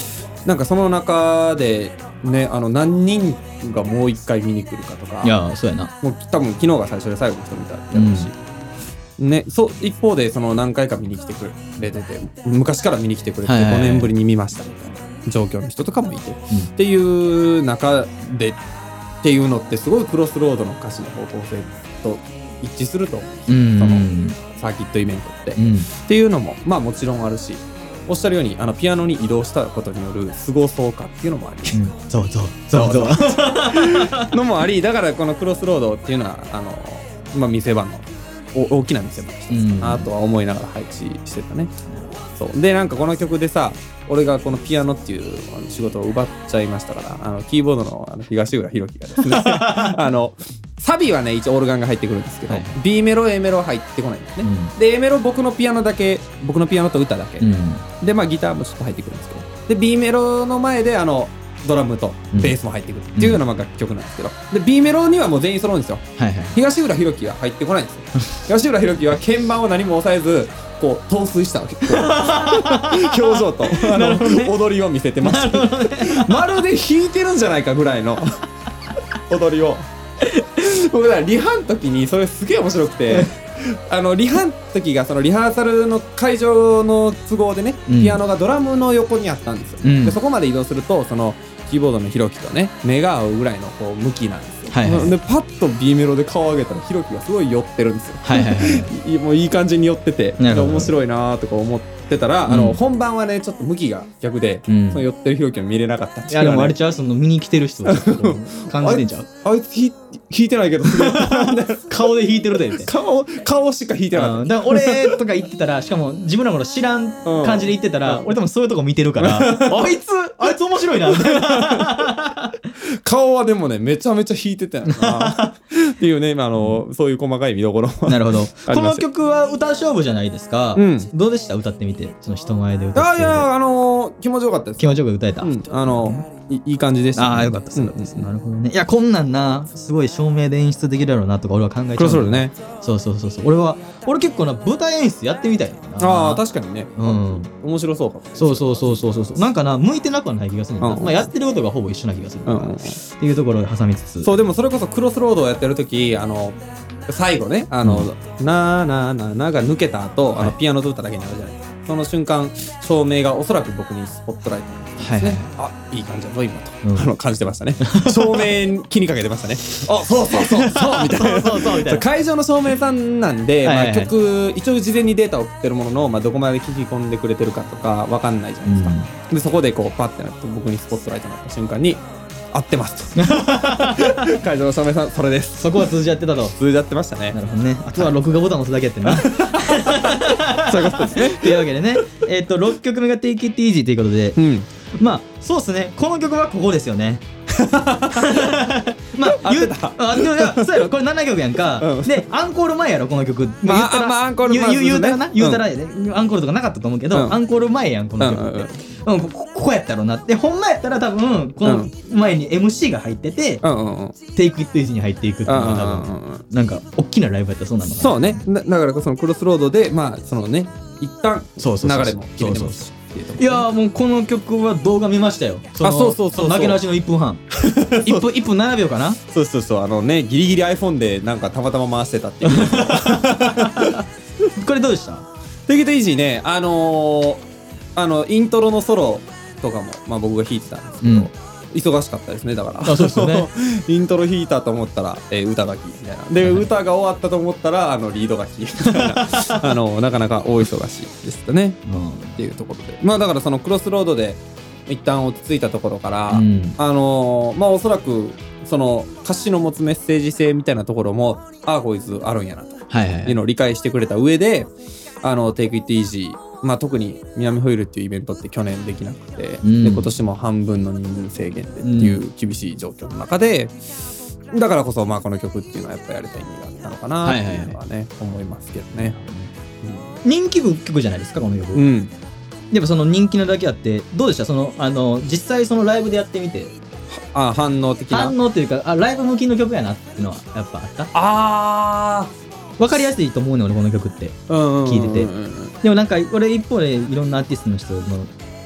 S1: なんかその中でねあの何人がもう一回見に来るかとか
S2: いやそうやな
S1: もう多分昨日が最初で最後の人みたいだったし、ね、そう一方でその何回か見に来てくれてて昔から見に来てくれて
S2: はいはいは
S1: 5
S2: い
S1: 年ぶりに見ましたみたいな状況の人とかもいて、
S2: ん
S1: っていう中でっていうのってすごいクロスロードの歌詞の方向性と一致すると
S2: うん
S1: その
S2: うん
S1: サーキットイベントって、っ
S2: うん
S1: ていうのもまあもちろんあるしおっしゃるようにあのピアノに移動したことによる凄そうかっていうのもあり
S2: そうそうそうそう
S1: のもありだからこのクロスロードっていうのはあの、まあ、見せ場のお大きな見せ場の一つかなとは思いながら配置してたね、そうでなんかこの曲でさ俺がこのピアノっていうあの仕事を奪っちゃいましたからあのキーボードのあの東浦弘樹がですね あのサビはね一応オルガンが入ってくるんですけど、
S2: はい
S1: B メロ A メロ入ってこないんですね、
S2: うん
S1: で A メロ僕のピアノだけ僕のピアノと歌だけ、
S2: うん
S1: でまあギターもちょっと入ってくるんですけどで B メロの前であのドラムとベースも入ってくるっていうようなまあ楽曲なんですけど、で B メロにはもう全員揃うんですよ
S2: はいはい
S1: 東浦弘樹は入ってこないんですよ東浦弘樹は鍵盤を何も押さえずこう陶酔した わけこう表情とあの、踊りを見せてましたまるで弾いてるんじゃないかぐらいの踊りを僕だからリハの時にそれすげえ面白くてあのリハの時がそのリハーサルの会場の都合でね、
S2: うん
S1: ピアノがドラムの横にあったんですよ、
S2: うん
S1: でそこまで移動するとそのキーボードのひろきとね目が合うぐらいのこう向きなんですよ、
S2: はいはい
S1: でパッと B メロで顔を上げたらひろきがすごい寄ってるんですよ
S2: はいはいはい
S1: いもういい感じに寄ってて
S2: なるほど
S1: 面白いなーとか思ってたら、あ
S2: う
S1: の
S2: ん
S1: 本番はねちょっと向きが逆で、
S2: うん
S1: その寄ってるひろきは見れなかったって の
S2: いうや
S1: はね
S2: でもあれちゃうその見に来てる人はちょっと感じてんちゃう
S1: あいつひ弾いてないけどすごい
S2: 顔で弾いてるでって
S1: 顔顔しか弾いてなかった
S2: うんだから俺とか言ってたらしかも自分らも知らん感じで言ってたら、
S1: うん
S2: 俺多分そういうとこ見てるから あいつあいつ面白いなみた いな
S1: 顔はでもねめちゃめちゃ弾いてたよな っていうね今あの、そういう細かい見どころも
S2: なるほど
S1: よ
S2: この曲は歌勝負じゃないですか、
S1: うん
S2: どうでした歌ってみてその人前で歌っ
S1: あ
S2: て
S1: い
S2: みて
S1: やあの気持ちよかったです
S2: 気持ちよく歌えた、
S1: うん、あのいいい感じでした、
S2: ああよかったです、
S1: うん
S2: よかったですなるほどねいやこんなんなすごい照明で演出できるやろうなとか俺は考えちゃう
S1: クロスロードね
S2: そうそうそうそう俺は俺結構な舞台演出やってみたい
S1: ああ
S2: か
S1: 確かにね
S2: にうん
S1: 面白そうかも
S2: そうそうそうそうそうそうなんかな向いてなくはない気がするんだ、
S1: うん
S2: まあ、やってることがほぼ一緒な気がする、
S1: うんうんうん
S2: っていうところを挟みつつ
S1: そうでもそれこそクロスロードをやってる時あの最後ね「あの、なーなーなーな」が抜けた後、あのピアノと歌だけになるじゃないですかその瞬間照明がおそらく僕にスポットライトに
S2: はいはいはい
S1: あいい感じだぞ今と、
S2: うん
S1: あの感じてましたね照明気にかけてましたねあそうそうそうそうみたいな
S2: そうそうそう みたいな
S1: 会場の照明さんなんで、
S2: はいはいはい
S1: まあ、曲一応事前にデータを送ってるものの、まあ、どこまで聞き込んでくれてるかとかわかんないじゃないですか、でそこでこうパッてなって僕にスポットライトになった瞬間に合ってますと 会場の照明さんそれです
S2: そこは通じ合ってたと。
S1: 通じ合ってましたね
S2: なるほどね。あとは録画ボタンを押すだけやってんな。
S1: そういうことです ね
S2: というわけでね、えっ、と、6曲目が Take It Easy ということで
S1: う、ん
S2: まあ、そうっすね。この曲はここです よね。まあ、言う
S1: 合ってた
S2: あ、でもいや、そうやろ、これ7曲や ん
S1: う
S2: か
S1: ん。
S2: で、アンコール前やろ、この曲。
S1: まあ
S2: 言ったら
S1: あまあアンコール
S2: 言う
S1: まあ
S2: 言う言うたらな、
S1: そうですね
S2: 言うたらやで、アンコールとかなかったと思うけど、
S1: うん
S2: アンコール前やん、この曲って。
S1: うん
S2: うんこここやったろうなって、ほんまやったら多分、この前に MC が入ってて、
S1: うんうんうんうん
S2: テイクイットイージーに入っていくっていうのが多分、
S1: うんうんうん
S2: なんか大きなライブやったらそうなのかな
S1: そうねだだからそのクロスロードでまあそのね一旦
S2: そうそうそ
S1: 流
S2: う
S1: れも決めてますっていうとこ
S2: いやーもうこの曲は動画見ましたよの
S1: あそうそうそうそう
S2: の投げ直しの1分半 1分一分7秒かな
S1: そうそうそうあのねギリギリ iPhone でなんかたまたま回してたっていう
S2: これどうでした
S1: テイクイトイージーねあのーあのイントロのソロとかも、まあ、僕が弾いてたんですけど、
S2: うん
S1: 忙しかったですねだから
S2: あそうですよね
S1: イントロ弾いたと思ったら、えー歌が聴いみたいなで歌が終わったと思ったらあのリードが聴いみたいな あのなかなか大忙しいですよねっていうところでまあだからそのクロスロードで一旦落ち着いたところから、
S2: うん
S1: あのーまあおそらくその歌詞の持つメッセージ性みたいなところもああこいつあるんやなと
S2: はいはい
S1: っていうのを理解してくれた上で、あの、Take It Easy、まあ、特に南ホイールっていうイベントって去年できなくて、
S2: うん
S1: で今年も半分の人数制限でっていう厳しい状況の中で、だからこそ、まあ、この曲っていうのはやっぱやりたい意味があったのかなっていうのはね、思いますけどね。
S2: 人気曲じゃないですかこの曲、
S1: うん。
S2: でもその人気なだけあってどうでしたそのあの実際そのライブでやってみて
S1: あ、反応的な。
S2: 反応というかあライブ向きの曲やなっていうのはやっぱあった
S1: あ
S2: 分かりやすいと思うのよ俺この曲って
S1: ー、うんうんうんうん、
S2: 聞いててでもなんか俺一方でいろんなアーティストの人の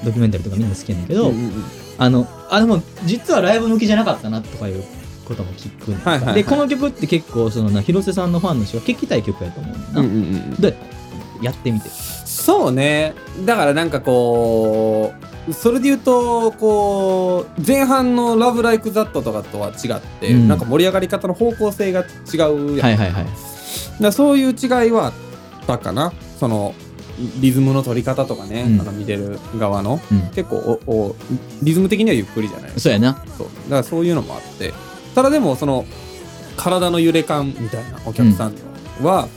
S2: ドキュメンタリーとかみんな好きやねんけど、
S1: うんうんうん
S2: あのあでも実はライブ向きじゃなかったなとかいうことも聞くんです
S1: はいはいはい
S2: でこの曲って結構そのな広瀬さんのファンの人が聞きたい曲やと思うねんだ
S1: う
S2: よ
S1: んう
S2: な、
S1: んうん
S2: どうやったやってみて
S1: そうねだからなんかこうそれで言うとこう前半の「ラブライクザットとかとは違って、
S2: うん
S1: なんか盛り上がり方の方向性が違うやん、
S2: はいはいはい
S1: だからそういう違いはあったかなそのリズムの取り方とかね、
S2: うん
S1: あの見てる側の
S2: うん
S1: 結構おおリズム的にはゆっくりじゃない
S2: そうやな
S1: そうだからそういうのもあってただでもその体の揺れ感みたいなお客さんのは、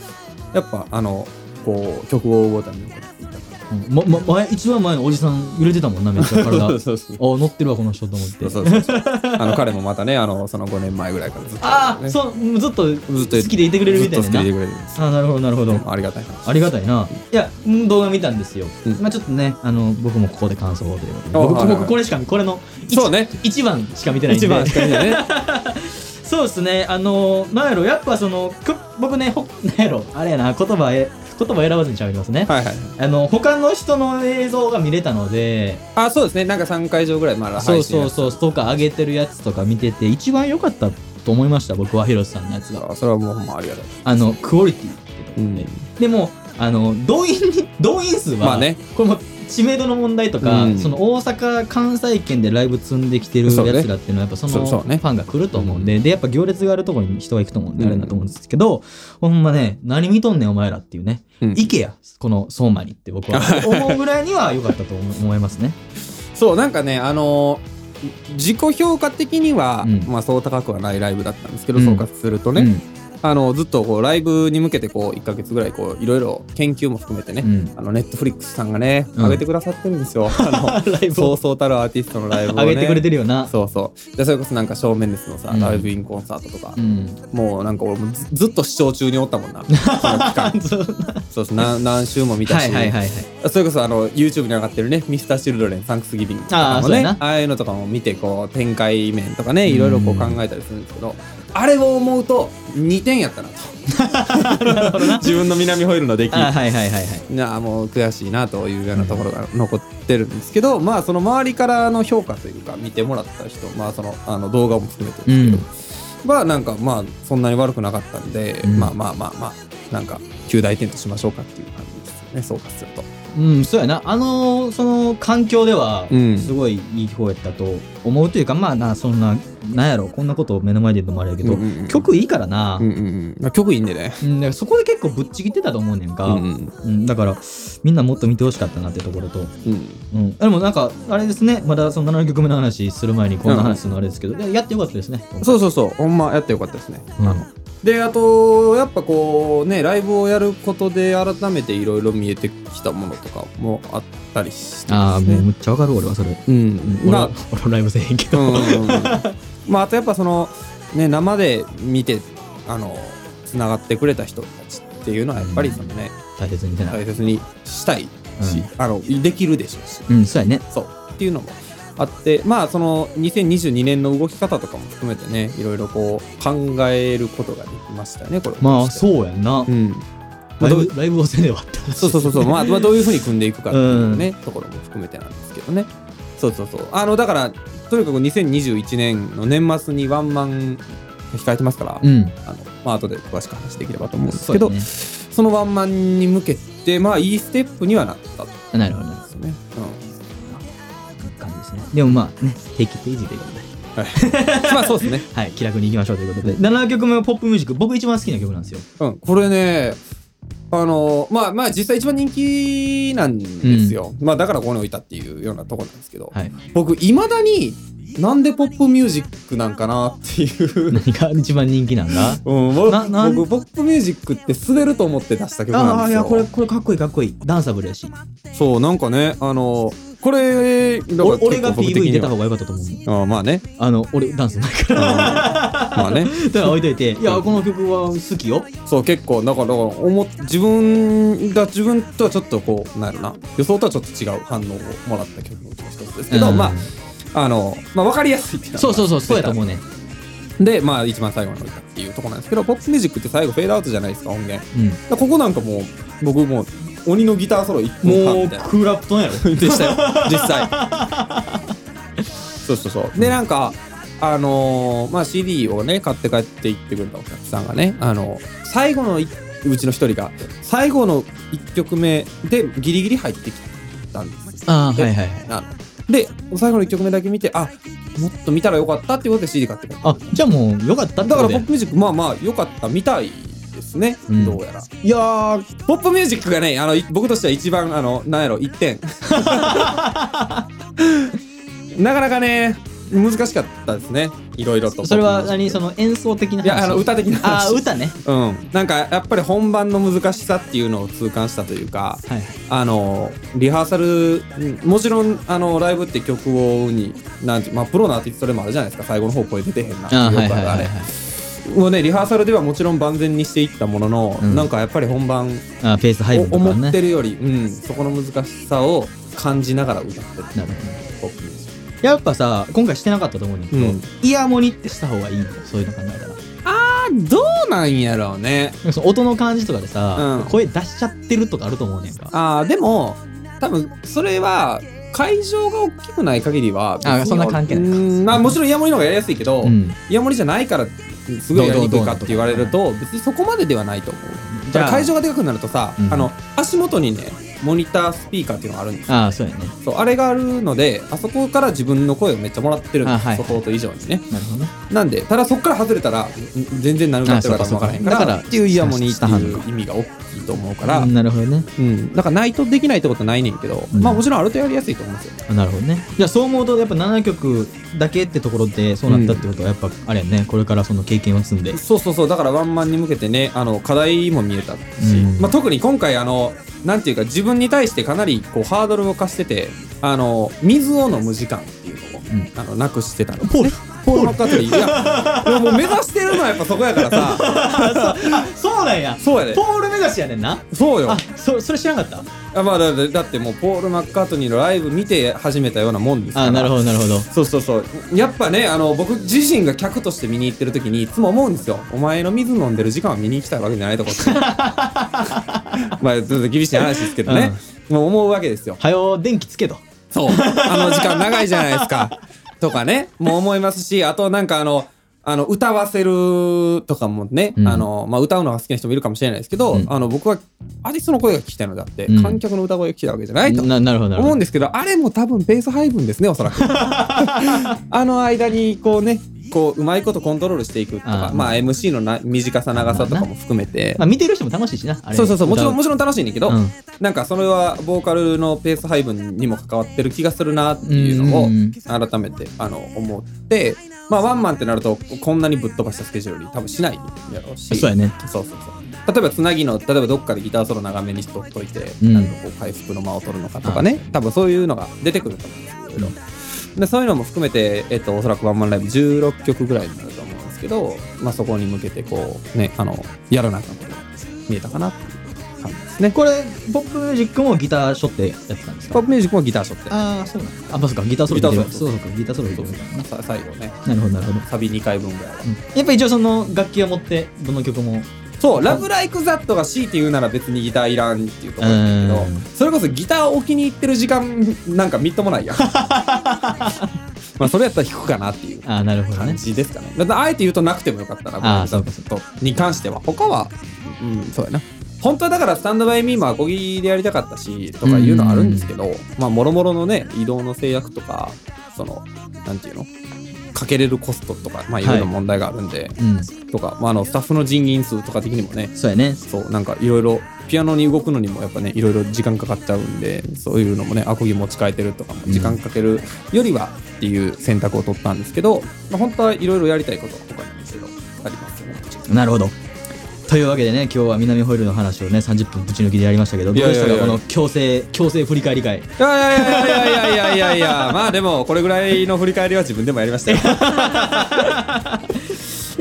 S1: やっぱあのこう曲を追うごとに見ていただいて
S2: うんま、ま、前一番前のおじさん揺れてたもんなめ っちゃ体あ
S1: そうそう
S2: 乗ってるわこの人と思って
S1: そうそうそうあの彼もまたねあのその5年前ぐらいからずっと、ね、
S2: ああそうもうずっと
S1: っと
S2: 好きでいてくれるみたい
S1: ずっと好き
S2: な
S1: でい
S2: な
S1: てくれるんです
S2: あーなるほどなるほど
S1: ありがたい話
S2: ありがたいないやうん動画見たんですよ、
S1: うん
S2: まあちょっとねあの僕もここで感想をということで
S1: あ
S2: 僕,、
S1: はいはい
S2: 僕これしかこれの一
S1: そうね
S2: 一番しか見てないんで
S1: 一番しか見ないね
S2: そうですねあのなんやろやっぱそのく僕ねほなんやろあれやな言葉え言葉選ばずに喋りますね、
S1: はいはい
S2: あの他の人の映像が見れたので
S1: あそうですねなんか3回以上ぐらいまだ
S2: そう
S1: 配信
S2: そ
S1: や
S2: う
S1: って
S2: そうとか上げてるやつとか見てて一番良かったと思いました僕は広瀬さんのやつが
S1: あそれはもうほんまありがたい、
S2: あのクオリティってとこ
S1: う
S2: ろで、
S1: ん、
S2: でもあの動員に 動員数は、
S1: まあね
S2: これも知名度の問題とか、
S1: うん
S2: その大阪関西圏でライブ積んできてるや
S1: そうね
S2: つらっていうのはやっぱその
S1: そうそうね
S2: ファンが来ると思うんで、でやっぱ行列があるところに人が行くと思うんであれだと思うんですけど、ほんまね何見とんねんお前らっていうね、
S1: うん
S2: 行けやこの相馬にって 僕は思うぐらいには良かったと思思いますね。
S1: そうなんかねあの自己評価的には、
S2: うん
S1: まあそう高くはないライブだったんですけど、
S2: うん
S1: 総括するとね、 あのずっとこうライブに向けてこう1ヶ月ぐらいこういろいろ研究も含めてね、
S2: うんうん
S1: あのネットフリックスさんがね
S2: うん
S1: 上げてくださってるん ですよ、あ
S2: ライ
S1: の
S2: ブを
S1: そうそうたるアーティストのライブを、ね、
S2: 上げてくれてるよな。
S1: そうそうでそれこそなんか正面ですのさ、
S2: うん
S1: ライブインコンサートとか
S2: う、ん、
S1: もうなんか俺もずずっと視聴中におった もんなその期間
S2: そう
S1: そうそうな何週も見た
S2: は
S1: し、
S2: いはいはいはい。
S1: それこそあの YouTube に上がってるね Mr.Children サンクスギビングとか
S2: あ
S1: も
S2: ーそうや
S1: ね
S2: な
S1: ああいうのとかも見てこう展開面とかねいろいろこう考えたりするんですけど、あれを思うと2点やったな と 自分の南ホイールの出来
S2: あはいはいはいはい。
S1: なあもう悔しいなというようなところが残ってるんですけど、まあその周りからの評価というか見てもらった人まあそのあの動画も含めてですけど、はなんかまあそんなに悪くなかったんで、
S2: うん
S1: まあまあまあまあなんか9大点としましょうかっていう感じですよね総括すると。
S2: うん、そうやな。あのーその環境では
S1: う、ん
S2: すごいいい方やったと思うというか、まあな、そんな、なんやろ、こんなことを目の前で言うのもあれやけど、
S1: うんうんうん
S2: 曲いいからな。う
S1: うん
S2: ん
S1: うんうんまあ、曲いいんでね。
S2: だからそこで結構ぶっちぎってたと思うねんか、
S1: う
S2: うんん
S1: うん
S2: だからみんなもっと見てほしかったなってところと、
S1: うん
S2: うん、でもなんかあれですねまだその7曲目の話する前にこんな話するのあれですけど、でやってよかったですね
S1: そうそうそうほんまやってよかったですね。
S2: うん
S1: あのであとやっぱこうねライブをやることで改めていろいろ見えてきたものとかもあったりして
S2: ああ
S1: ですね
S2: もうむっちゃわかる俺はそれ、
S1: うん
S2: 俺
S1: まあ
S2: は俺はライブせえへんけ
S1: う
S2: ど、
S1: んうんうん まああとやっぱそのね生で見てあのつながってくれた人たちっていうのはやっぱりそのね、
S2: 大切にせな、
S1: 大切にしたいし、あのできるでしょうし
S2: うんそうやね
S1: そうっていうのもあってまあその2022年の動き方とかも含めてねいろいろこう考えることができましたねこれ
S2: まあ
S1: う
S2: そうやんな、
S1: うんまあど
S2: ライ
S1: う
S2: ブライブをせねばって話
S1: そうそうそうそう、まあ、まあどういうふうに組んでいくかっていうね、ところも含めてなんですけどね。そうそうそう、あのだから、とにかく2021年の年末にワンマン。控えてますから、
S2: うん
S1: あの、まあ、後で詳しく話していければと思うんです
S2: そ
S1: け
S2: うだ
S1: ど、そ,、
S2: ね
S1: のワンマンに向けて、まあ、いいステップにはなったんで
S2: あなるほどな
S1: すよね。
S2: 感じですねでもまあね定期ページということで
S1: うん、まあ、そうですね。
S2: はい気楽にいきましょうということで7曲目はポップミュージック僕一番好きな曲なんですよ
S1: うん、これね、あのまあまあ実際一番人気なんですよ、まあだからここに置いたっていうようなとこなんですけど、
S2: はい。
S1: 僕いまだになんでポップミュージックなんかなっていう、
S2: 何が一番人気なんだ
S1: うん、僕
S2: ななん
S1: 僕ポップミュージックって滑ると思って出した曲
S2: あ
S1: な
S2: あ
S1: ん
S2: ー、い
S1: です
S2: や、
S1: よ
S2: これ、これかっこいいかっこいい。ダンサブルやし。
S1: そうなんかねあのこれだから
S2: お俺が
S1: 結構僕的
S2: PV
S1: に
S2: 出
S1: は
S2: た方が良かったと思う。
S1: あーまあね
S2: あの、俺、ダンスないか
S1: うん
S2: ら。
S1: まあね
S2: だから置いといて、いや、この曲は好きよ。
S1: そう結構だからだから思っ自分が自分とはちょっとこうなんやろな予想とはちょっと違う反応をもらった曲の一つですけど、
S2: うん
S1: まああの、まあ、分かりやすいっていのは
S2: そうそうそう、そうやと思うね。
S1: でまあ一番最後に置いたっていうところなんですけどポップミュージックって最後フェードアウトじゃないですか音源
S2: うん。
S1: だからここなんかもう僕もう鬼のギターソロ一本半
S2: もう
S1: みたいな
S2: クラプトンやろ
S1: で したよ実際そうそうそうでなんかあのーまあ CD をね買って帰って行ってくれたお客さんがねあの最後のいうちの一人が最後の1曲目でギリギリ入ってきたんです
S2: ああ
S1: はい
S2: はい
S1: なで最後の1曲目だけ見てあもっと見たらよかったっていうことで CD 買って帰った
S2: あじゃあもうよかったって
S1: だから
S2: こと
S1: ポ
S2: で
S1: ップミュージックまあまあ良かったみたいですね、
S2: うん
S1: どうやら
S2: いやー
S1: ポップミュージックがねあのい僕としては一番あのなんやろ1点 なかなかね難しかったですねいろいろと
S2: それは
S1: ポップミュージ
S2: 何その演奏的な
S1: ック
S2: 話
S1: いやあの歌的な
S2: あ
S1: 話
S2: ー歌ね
S1: うんなんかやっぱり本番の難しさっていうのを痛感したというか
S2: はい
S1: あのリハーサルうんもちろんあのライブって曲をになんて、まあ、プロのアーティストでもあるじゃないですか最後の方声出てへんなよ
S2: あー
S1: く
S2: はい
S1: る
S2: はい
S1: あ
S2: は
S1: れ
S2: いはい
S1: もうねリハーサルではもちろん万全にしていったものの、
S2: うん
S1: なんかやっぱり本番
S2: あーペース配分と
S1: お
S2: か
S1: 思
S2: ね
S1: ってるより、うん、そこの難しさを感じながら歌ってる
S2: なるほどやっぱさ今回してなかったと思うねんだけど、
S1: うん
S2: イヤモニってした方がいいんだよそういうの考えたらなん
S1: あどうなんやろうね
S2: かその音の感じとかでさ、
S1: うん
S2: 声出しちゃってるとかあると思うねんか
S1: あーでも多分それは会場が大きくない限りは別に
S2: あーそんな関係ないか
S1: うんまあもちろんイヤモニの方がやりやすいけど、
S2: うん
S1: イヤモニじゃないからすごいやりにくいかって言われると別にそこまでではないと思う
S2: じ
S1: だか
S2: ゃ
S1: ら
S2: あ
S1: 会場がでかくなるとさ、
S2: うん
S1: あの足元にねモニタースピーカーっていうのがあるんですよ
S2: ああそうやね
S1: そうあれがあるのであそこから自分の声をめっちゃもらってるんで
S2: あ
S1: す、
S2: はい
S1: サポート以上にね
S2: なるほどね
S1: なんでただそこから外れたらん全然何歌ってるか分からへんから
S2: あそうかそうかだから
S1: っていうイヤモニーって
S2: 下半分
S1: いう意味が大きいと思うから、
S2: うんなるほどね
S1: うん、だからないとできないってことはないねんけど、
S2: うん
S1: まあもちろんある程度やりやすいと思うんですよ
S2: あなるほどねいやそう思うとやっぱ7曲だけってところでそうなったってことはやっぱあれやねこれからその経験を積んで
S1: そうそうそうだからワンマンに向けてねあの課題も見えたし、
S2: うん
S1: まあ、特に今回あのなんていうか自分に対してかなりこうハードルを課しててあの水を飲む時間っていうのを、
S2: ん
S1: あのなくしてたの
S2: ポール
S1: ポールマッカートニーいやでももう目指してるのはやっぱそこやからさ
S2: そうなんや
S1: そうやで
S2: ポール目指しやねんな
S1: そうよ
S2: あそそれ知らなかっ
S1: あまあだだだってもうポール・マッカートニーのライブ見て始めたようなもんです
S2: た
S1: から
S2: あなるほどなるほど
S1: そうそうそうやっぱねあの僕自身が客として見に行ってる時にいつも思うんですよお前の水飲んでる時間は見に行きたいわけじゃないとこって まあちょっと厳しい話ですけどね、もう思うわけですよ
S2: はよ電気つけと
S1: そうあの時間長いじゃないです かとかねもう思いますしあとなんかあのあの歌わせるとかもね、
S2: うん
S1: あのまあ、歌うのが好きな人もいるかもしれないですけど、
S2: うん
S1: あの僕はアーティストの声が聞きたいのであって、
S2: うん
S1: 観客の歌声が聞きたいわけじゃないと
S2: ななるほどなる
S1: 思う
S2: ほ
S1: んですけどあれも多分ペース配分ですねおそら くあの間にこうねこううまいことコントロールしていくとか
S2: あー
S1: まあ MC のな短さ長さとかも含めて、
S2: どまあ見てる人も楽しいしなあれ
S1: そうそうそうもちろん
S2: 歌
S1: もちろん楽しいねんだけど、
S2: うん
S1: なんかそれはボーカルのペース配分にも関わってる気がするなっていうのを
S2: うん
S1: 改めてあの思ってまあワンマンってなるとこんなにぶっ飛ばしたスケジュールに多分しないやろうし
S2: そうやね
S1: そうそうそう例えばつなぎの例えばどっかでギターソロ長めにしとっといて、
S2: うん
S1: なんかこう回復の間を取るのかとかね多分そういうのが出てくると思うんですけど、でそういうのも含めて、えっと、おそらくワンマンライブ16曲ぐらいになると思うんですけど、まあ、そこに向けてこうねあのやらなあかんことが見えたかなっていう感じですね
S2: これポップミュージックもギターショってやってたんです
S1: ポ
S2: か
S1: ップミュージックもギターショット
S2: ああそうなんやあまさかギターソロ弾いてる
S1: ギター
S2: そ
S1: ソ
S2: う
S1: ロ
S2: そうかギターソロ弾いてるからな
S1: さ最後ね
S2: なるほどなるほど
S1: サビ2回分ぐらいは、
S2: やっぱ一応その楽器を持ってどの曲も
S1: そう「ラブライクザットが強いて言うなら別にギターいらんっていうところなんだけ
S2: うん
S1: どそれこそギター置きに行ってる時間なんかみっともないやん まあそれやったら弾くかなっていう
S2: ああなるほどね
S1: 感じですかねだってあえて言うとなくてもよかったな
S2: あー
S1: このギターとに関しては他はうんそうやな本当はだから「スタンドバイ・ミー」もアコギでやりたかったしとかいうのはあるんですけどまあもろもろのね移動の制約とかそのなんていうのかけれるコストとかまあいろいろ問題があるんで、
S2: うん
S1: とか、まあ、あのスタッフの人員数とか的にもね
S2: そうやね
S1: そうなんかいろいろピアノに動くのにもやっぱねいろいろ時間かかっちゃうんでそういうのもねアコギ持ち替えてるとかも時間かけるよりはっていう選択を取ったんですけど、まあ、本当はいろいろやりたいこと他にもいろいろありますよね。
S2: なるほど。というわけでね、今日は南ホイールの話をね、30分ぶち抜きでやりましたけど、
S1: い
S2: どう
S1: や
S2: で
S1: い
S2: し
S1: や
S2: た
S1: いや
S2: か、この強制、強制振り返り会。
S1: いやいやいやいやいやいやいやいやまあでもこれぐらいの振り返りは自分でもやりましたよ。いや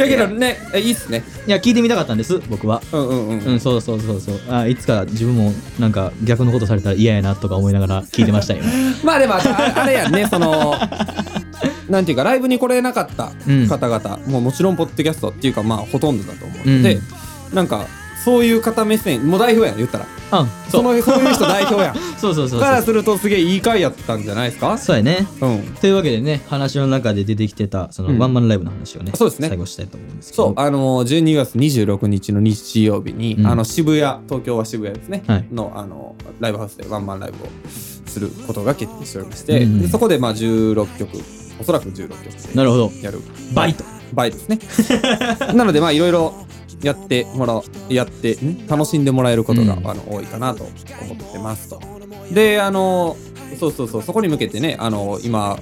S1: けどねえいいっすね。
S2: いや、聞いてみたかったんです、僕は。
S1: うんうんうん。
S2: うん、そうそうそうそう。あいつか自分もなんか逆のことされたら嫌やなとか思いながら聞いてましたよ。
S1: まあでもあああれやんねそのなんていうかライブに来れなかった方々、もうもちろんポッドキャストっていうかまあほとんどだと思うので、なんかそういう方目線もう代表やん言ったら
S2: あ、
S1: そ
S2: そう。
S1: のそういう人代表やん
S2: そうそうそうそ
S1: から
S2: う。
S1: するとすげえいい回やったんじゃないですか
S2: そうやね。
S1: うん
S2: というわけでね、話の中で出てきてた、その、
S1: うん
S2: ワンマンライブの話をね、
S1: そうですね
S2: 最後したいと思うんですけ
S1: そう
S2: ど。
S1: あの12月26日の日曜日に、
S2: うん
S1: あの渋谷東京は渋谷ですね、
S2: はい
S1: のあのライブハウスでワンマンライブをすることが決定しておりまして、
S2: うん
S1: でそこでまあ16曲おそらく16曲
S2: なるほど。
S1: やる
S2: バイト。
S1: 倍ですね なのでまあいろいろやってもらおうやってん楽しんでもらえることが、
S2: うん
S1: あの多いかなと思ってますとであのそうそうそうそこに向けてねあの今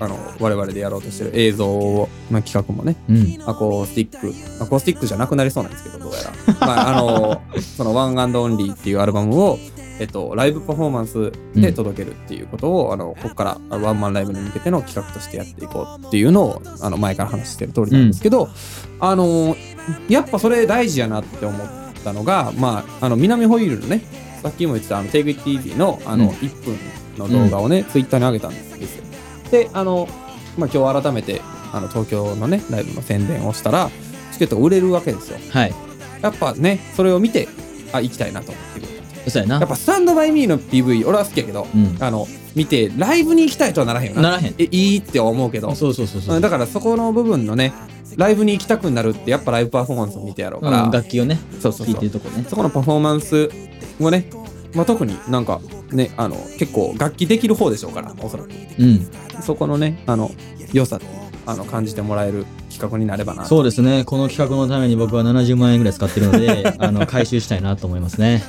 S1: あの我々でやろうとしてる映像の企画もね
S2: うん。
S1: アコースティックアコースティックじゃなくなりそうなんですけどどうやら、 まあ、あのその「ワンアンドオンリーっていうアルバムを、えっと、ライブパフォーマンスで届けるっていうことを、あのここからあワンマンライブに向けての企画としてやっていこうっていうのをあの前から話してる通りなんですけど、あのやっぱそれ大事やなって思ったのが、まあ、あの南ホイールのねさっきも言ってたあの「Take It Easy の」あ
S2: うん
S1: の1分の動画をね、ツイッターに上げたんですよ。であのまあ、今日改めてあの東京のねライブの宣伝をしたらチケット売れるわけですよ
S2: はい。
S1: やっぱねそれを見てあ行きたいなと思ってくれた
S2: そうや
S1: やっ
S2: な。
S1: ぱスタンドバイミーの PV 俺は好きやけど、
S2: うん。
S1: あの見てライブに行きたいとはならへんよ
S2: ならへん。
S1: えいいって思うけど
S2: そうそうそうそう
S1: う。んだからそこの部分のねライブに行きたくなるってやっぱライブパフォーマンスを見てやろうから、
S2: うん、楽器をね、
S1: そうそう
S2: 弾い
S1: そ
S2: て
S1: う
S2: るとこね。
S1: そこのパフォーマンスをね、まあ、特になんかねあの結構楽器できる方でしょうからおそらく
S2: うん。
S1: そこのね、あの、良さっていうのあの、感じてもらえる企画になればな。
S2: そうですね。この企画のために僕は70万円ぐらい使ってる ので、あの、回収したいなと思いますね。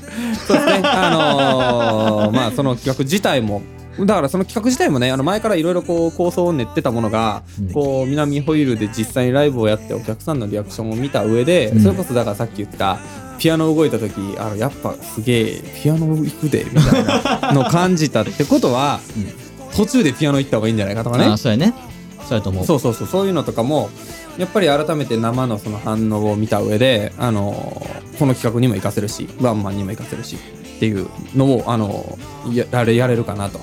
S1: そうですね。 あのーまあ、その企画自体も、だからその企画自体もね、あの前からいろいろこう構想を練ってたものが、
S2: うん
S1: こう南ホイールで実際にライブをやってお客さんのリアクションを見た上で、
S2: うん
S1: それこそだからさっき言ったピアノ動いた時あのやっぱすげえピアノ行くでみたいなのを感じたってことは、途中でピアノ行った方がいいんじゃないかとかね
S2: ああ、そうやね。そうやと思う。
S1: そうそうそうそういうのとかもやっぱり改めて生のその反応を見た上であのこの企画にも活かせるしワンマンにも活かせるしっていうのをあのややれやれるかなと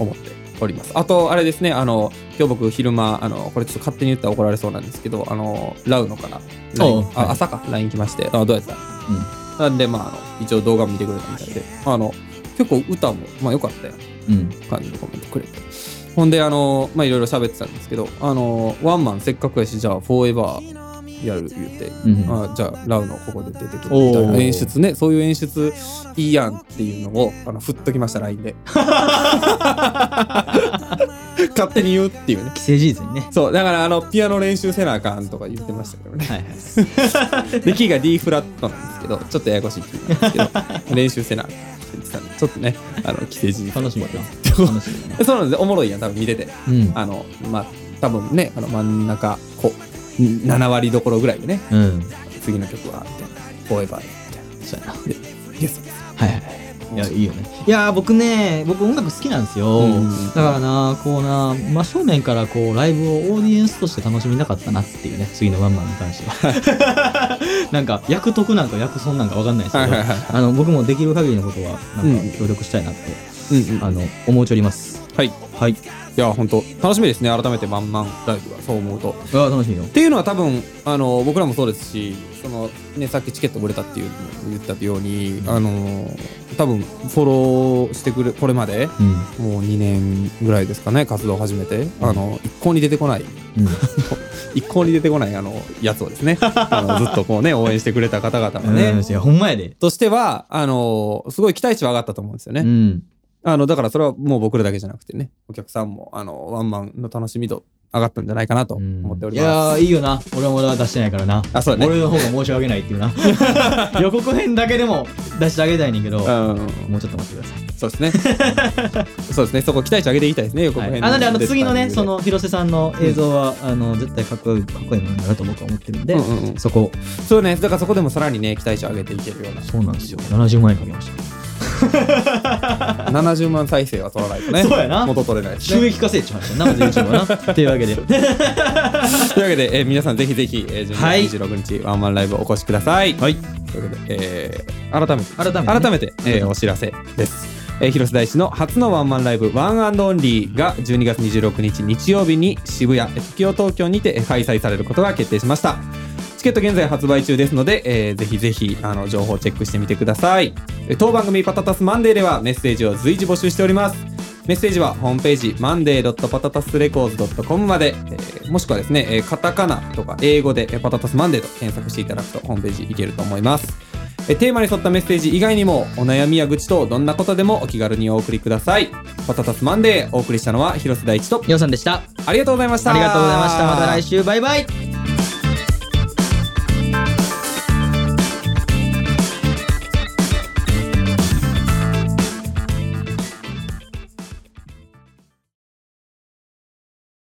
S1: 思っておりますあとあれですねあの今日僕昼間あのこれちょっと勝手に言ったら怒られそうなんですけどあのラウノから
S2: おう
S1: LINE あ
S2: はい
S1: 朝か LINE 来ましてあどうやったなんでまああの一応動画も見てくれたみたいであの結構歌もまあ良かったよ
S2: うん。うん。
S1: 感じのコメントくれてほんであのまあいろいろ喋ってたんですけどあのワンマンせっかくやしじゃあフォーエバーやる言って、
S2: うん
S1: あじゃあラウのここで出てくるみたい
S2: お
S1: な
S2: ー
S1: 演出ねそういう演出いいやんっていうのをあの振っときました LINE で勝手に言うっていうね
S2: 既成事実にね。
S1: そうだからあのピアノ練習せなあかんとか言ってましたけどね
S2: はいはい。
S1: で、キーが D フラットなんですけど、ちょっとややこしいキーなんです けど、練習せなあかんって言ってたんで、ちょっとね、あの、既成事実
S2: 楽しみだな。
S1: そう
S2: 楽しみだな。
S1: そうなんですよおもろいやん、多分見てて。
S2: うん。
S1: あの、まあ、多分ね、あの真ん中、こう、7割どころぐらいでね、
S2: うん。
S1: 次の曲は、みたいな、フォーエバーで、みたい
S2: そうやな。
S1: な。イエス。
S2: はいはいはい。いや、いいよね。いやー、僕ね、僕音楽好きなんですよ。
S1: うん
S2: だからな、こうな、真正面からこう、ライブをオーディエンスとして楽しみなかったなっていうね、次のワンマンに関して は。なんか、役得なんか役損なんかわかんないですけ
S1: はい
S2: ど、
S1: はいはい
S2: あの、僕もできる限りのことは、な
S1: うんん
S2: か協力したいなって、
S1: うんうん。
S2: あの、思うちょります。
S1: はい。い
S2: はい。
S1: や、本当楽しみですね、改めて、ワンマンライブは、そう思うと。
S2: うわー楽しみよ
S1: っ。ていうのは多分あの僕らもそうですしその、ね、さっきチケット売れたっていうのを言ったようにあの多分フォローしてくれこれまで
S2: うん。
S1: もう2年ぐらいですかね活動を始めてあの一向に出てこない
S2: うん。
S1: 一向に出てこないあのやつを ですねあのずっとこうね応援してくれた方々が ね
S2: うんいや、ほんまやで。
S1: としてはあのすごい期待値は上がったと思うんですよね。
S2: うん。
S1: あのだからそれはもう僕らだけじゃなくてねお客さんもあのワンマンの楽しみ度上がったんじゃないかなと
S2: うん
S1: 思っており
S2: いや
S1: ま
S2: ーいいよな俺はまだ出してないからな
S1: あそうだね
S2: 俺の方が申し訳ないっていう な予告編だけでも出してあげたいねんけど
S1: す。うん、
S2: もうちょっと待ってください、
S1: そうで すね。そうですね。そこ期待値上げていきたいですね。予告
S2: はい、
S1: 編
S2: あなんであの次のねそ
S1: の
S2: の広瀬さんの映像は、あの絶対かっこいいかっこいいものになると僕は思ってるんで、
S1: うんうんうん
S2: そこ
S1: そうね。だからそこでもさらにね期待値上げていけるような。
S2: そうなんですよ70万円かけました
S1: 70万再生は取らないとね。
S2: そうやな
S1: 元取れないです
S2: 収
S1: ね。
S2: 益稼いっちゃいました生で YouTube はなっていう わけで
S1: というわけで、えー皆さんぜひぜひ、えー、
S2: はい
S1: 12月26日ワンマンライブお越しください。
S2: はい
S1: というわけで、えー改めて、
S2: 改めてね
S1: 改めて、えーお知らせです。えー、広瀬大師の初のワンマンライブ、ワンアンドオンリーが12月26日日曜日に渋谷、えー時を東京にてえー開催されることが決定しました。チケット現在発売中ですので、えーぜひぜひあの情報をチェックしてみてください。えー当番組パタタスマンデーではメッセージを随時募集しております。メッセージはホームページ monday.patatasrecords.com まで、えーもしくはですね、えーカタカナとか英語でえーパタタスマンデーと検索していただくとホームページいけると思います。えーテーマに沿ったメッセージ以外にもお悩みや愚痴とどんなことでもお気軽にお送りください。パタタスマンデーお送りしたのは広瀬大地と
S2: ようさんでした
S1: ありがとうございました。
S2: ありがとうございましたまた来週バイバイ